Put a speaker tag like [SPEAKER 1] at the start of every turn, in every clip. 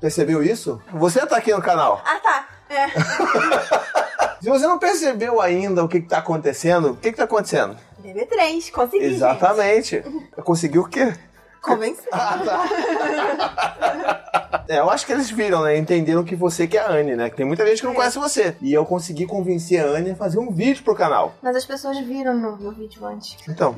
[SPEAKER 1] Percebeu isso? Você tá aqui no canal.
[SPEAKER 2] Ah, tá. É.
[SPEAKER 1] Se você não percebeu ainda o que, que tá acontecendo, o que, que tá acontecendo?
[SPEAKER 2] BB3, consegui.
[SPEAKER 1] Exatamente. Conseguiu o quê?
[SPEAKER 2] Convencer.
[SPEAKER 1] Ah, tá. é, eu acho que eles viram, né? Entenderam que você que é a Anne, né? Que tem muita gente que não
[SPEAKER 2] É.
[SPEAKER 1] conhece você. E eu consegui convencer a Anne a fazer um vídeo pro canal.
[SPEAKER 2] Mas as pessoas viram no, no vídeo antes.
[SPEAKER 1] Então.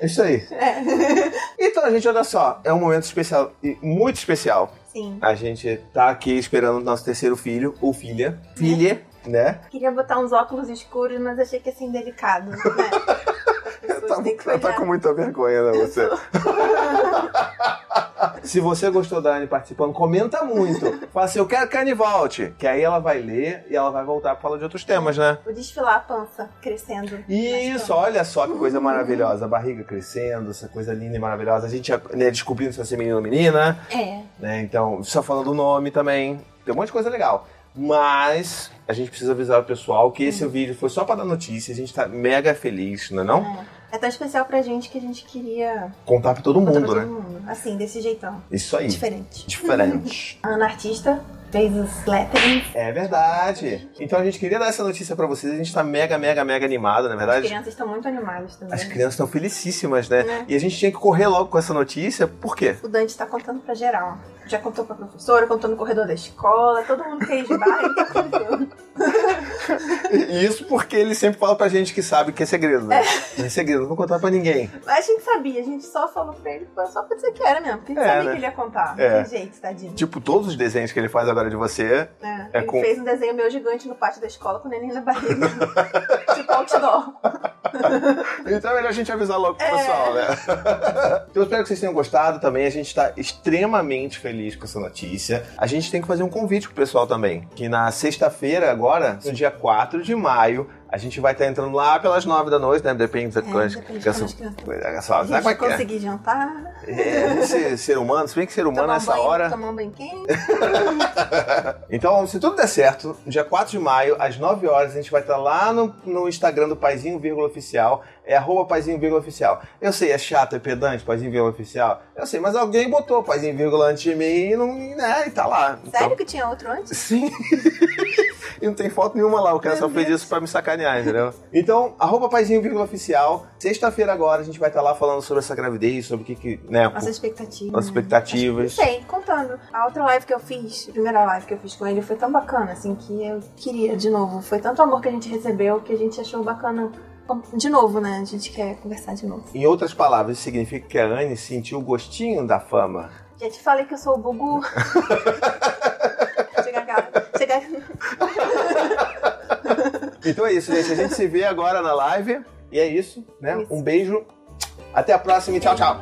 [SPEAKER 1] É isso aí.
[SPEAKER 2] É.
[SPEAKER 1] Então, gente, olha só. É um momento especial e muito especial.
[SPEAKER 2] Sim.
[SPEAKER 1] A gente tá aqui esperando o nosso terceiro filho, ou filha. Filha, né?
[SPEAKER 2] Queria botar uns óculos escuros, mas achei que assim, delicado. Né? As pessoas
[SPEAKER 1] Tá,
[SPEAKER 2] têm que
[SPEAKER 1] ela tá
[SPEAKER 2] olhar.
[SPEAKER 1] com muita vergonha, né, você? Se você gostou da Anne participando, comenta muito. Fala assim, eu quero que a Anne volte. Que aí ela vai ler e ela vai voltar pra falar de outros temas, né?
[SPEAKER 2] Vou desfilar a pança crescendo. nas
[SPEAKER 1] Isso,
[SPEAKER 2] costas.
[SPEAKER 1] olha só que coisa maravilhosa. A barriga crescendo, essa coisa linda e maravilhosa. A gente né, descobrindo se vai ser menino ou menina.
[SPEAKER 2] É.
[SPEAKER 1] né? Então, só falando o nome também, tem um monte de coisa legal. Mas a gente precisa avisar o pessoal que esse vídeo foi só pra dar notícia, a gente tá mega feliz, não é não?
[SPEAKER 2] É tão especial pra gente que a gente queria
[SPEAKER 1] Contar pra todo
[SPEAKER 2] contar pra
[SPEAKER 1] mundo,
[SPEAKER 2] todo
[SPEAKER 1] né?
[SPEAKER 2] mundo. Assim, desse jeitão.
[SPEAKER 1] Isso aí.
[SPEAKER 2] Diferente.
[SPEAKER 1] Diferente.
[SPEAKER 2] A Ana Artista fez os letterings.
[SPEAKER 1] É verdade. Então a gente queria dar essa notícia pra vocês, a gente tá mega, mega, mega animado, na
[SPEAKER 2] As
[SPEAKER 1] verdade.
[SPEAKER 2] crianças estão muito animadas também.
[SPEAKER 1] As crianças estão felicíssimas, né?
[SPEAKER 2] Né?
[SPEAKER 1] E a gente tinha que correr logo com essa notícia, por quê?
[SPEAKER 2] O Dante tá contando pra geral. Já contou pra professora, contou no corredor da escola, todo mundo quer esbar, o que então aconteceu?
[SPEAKER 1] E Isso porque ele sempre fala pra gente que sabe que é segredo, né? É segredo, não vou contar pra ninguém.
[SPEAKER 2] Mas a gente sabia, a gente só falou pra ele, só pra dizer que era mesmo, porque a gente
[SPEAKER 1] É,
[SPEAKER 2] sabia
[SPEAKER 1] né?
[SPEAKER 2] que ele ia contar.
[SPEAKER 1] É.
[SPEAKER 2] Que jeito, tadinho.
[SPEAKER 1] Tipo, todos os desenhos que ele faz agora de você
[SPEAKER 2] É,
[SPEAKER 1] É
[SPEAKER 2] ele
[SPEAKER 1] com-
[SPEAKER 2] fez um desenho meu gigante no pátio da escola com o neném na barriga. tipo outdoor.
[SPEAKER 1] Então é melhor a gente avisar logo pro
[SPEAKER 2] É.
[SPEAKER 1] pessoal, né? Então eu espero que vocês tenham gostado também. A gente tá extremamente feliz com essa notícia. A gente tem que fazer um convite pro pessoal também. Que na sexta-feira, agora, no dia 4 de maio, a gente vai estar entrando lá pelas 9 da noite, né? Depende da
[SPEAKER 2] É,
[SPEAKER 1] coisa.
[SPEAKER 2] depende de
[SPEAKER 1] que
[SPEAKER 2] como as
[SPEAKER 1] essa-
[SPEAKER 2] crianças-
[SPEAKER 1] Olha
[SPEAKER 2] A
[SPEAKER 1] só, sabe
[SPEAKER 2] gente
[SPEAKER 1] como é
[SPEAKER 2] vai
[SPEAKER 1] que é?
[SPEAKER 2] conseguir jantar,
[SPEAKER 1] É, ser, ser humano, se bem que ser humano
[SPEAKER 2] tomar um
[SPEAKER 1] nessa
[SPEAKER 2] banho,
[SPEAKER 1] hora.
[SPEAKER 2] tomar um banho quente.
[SPEAKER 1] Então, se tudo der certo, no dia 4 de maio, às 9 horas, a gente vai estar lá no, no Instagram do Paizinho Vírgula Oficial. É arroba Paizinho Vírgula Oficial. Eu sei, é chato, é pedante, Paizinho Vírgula Oficial. Eu sei, mas alguém botou Paizinho Vírgula antes de mim e não. e, né, e tá lá. Então-
[SPEAKER 2] Sério que tinha outro antes?
[SPEAKER 1] Sim. e não tem foto nenhuma lá, o cara
[SPEAKER 2] Meu
[SPEAKER 1] só fez
[SPEAKER 2] Deus.
[SPEAKER 1] isso pra me sacanear, entendeu? Então, arroba Paizinho Vírgula Oficial. Sexta-feira agora a gente vai estar lá falando sobre essa gravidez, sobre o que que. né,
[SPEAKER 2] Nossa expectativa.
[SPEAKER 1] nossas
[SPEAKER 2] Não
[SPEAKER 1] expectativas.
[SPEAKER 2] sei, contando. A outra live que eu fiz, a primeira live que eu fiz com ele, foi tão bacana, assim, que eu queria de novo. Foi tanto amor que a gente recebeu que a gente achou bacana. De novo, né? A gente quer conversar de novo.
[SPEAKER 1] Em outras palavras, isso significa que a Anne sentiu o gostinho da fama.
[SPEAKER 2] Já te falei que eu sou o Bugu. Chega cá. Chega...
[SPEAKER 1] Então é isso, gente. A gente se vê agora na live. E é isso, né?
[SPEAKER 2] Isso.
[SPEAKER 1] Um beijo. Até a próxima e tchau, tchau.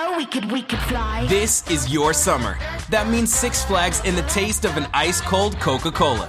[SPEAKER 3] Oh, we could, we could fly.
[SPEAKER 4] This is your summer. That means Six Flags and the taste of an ice cold Coca Cola.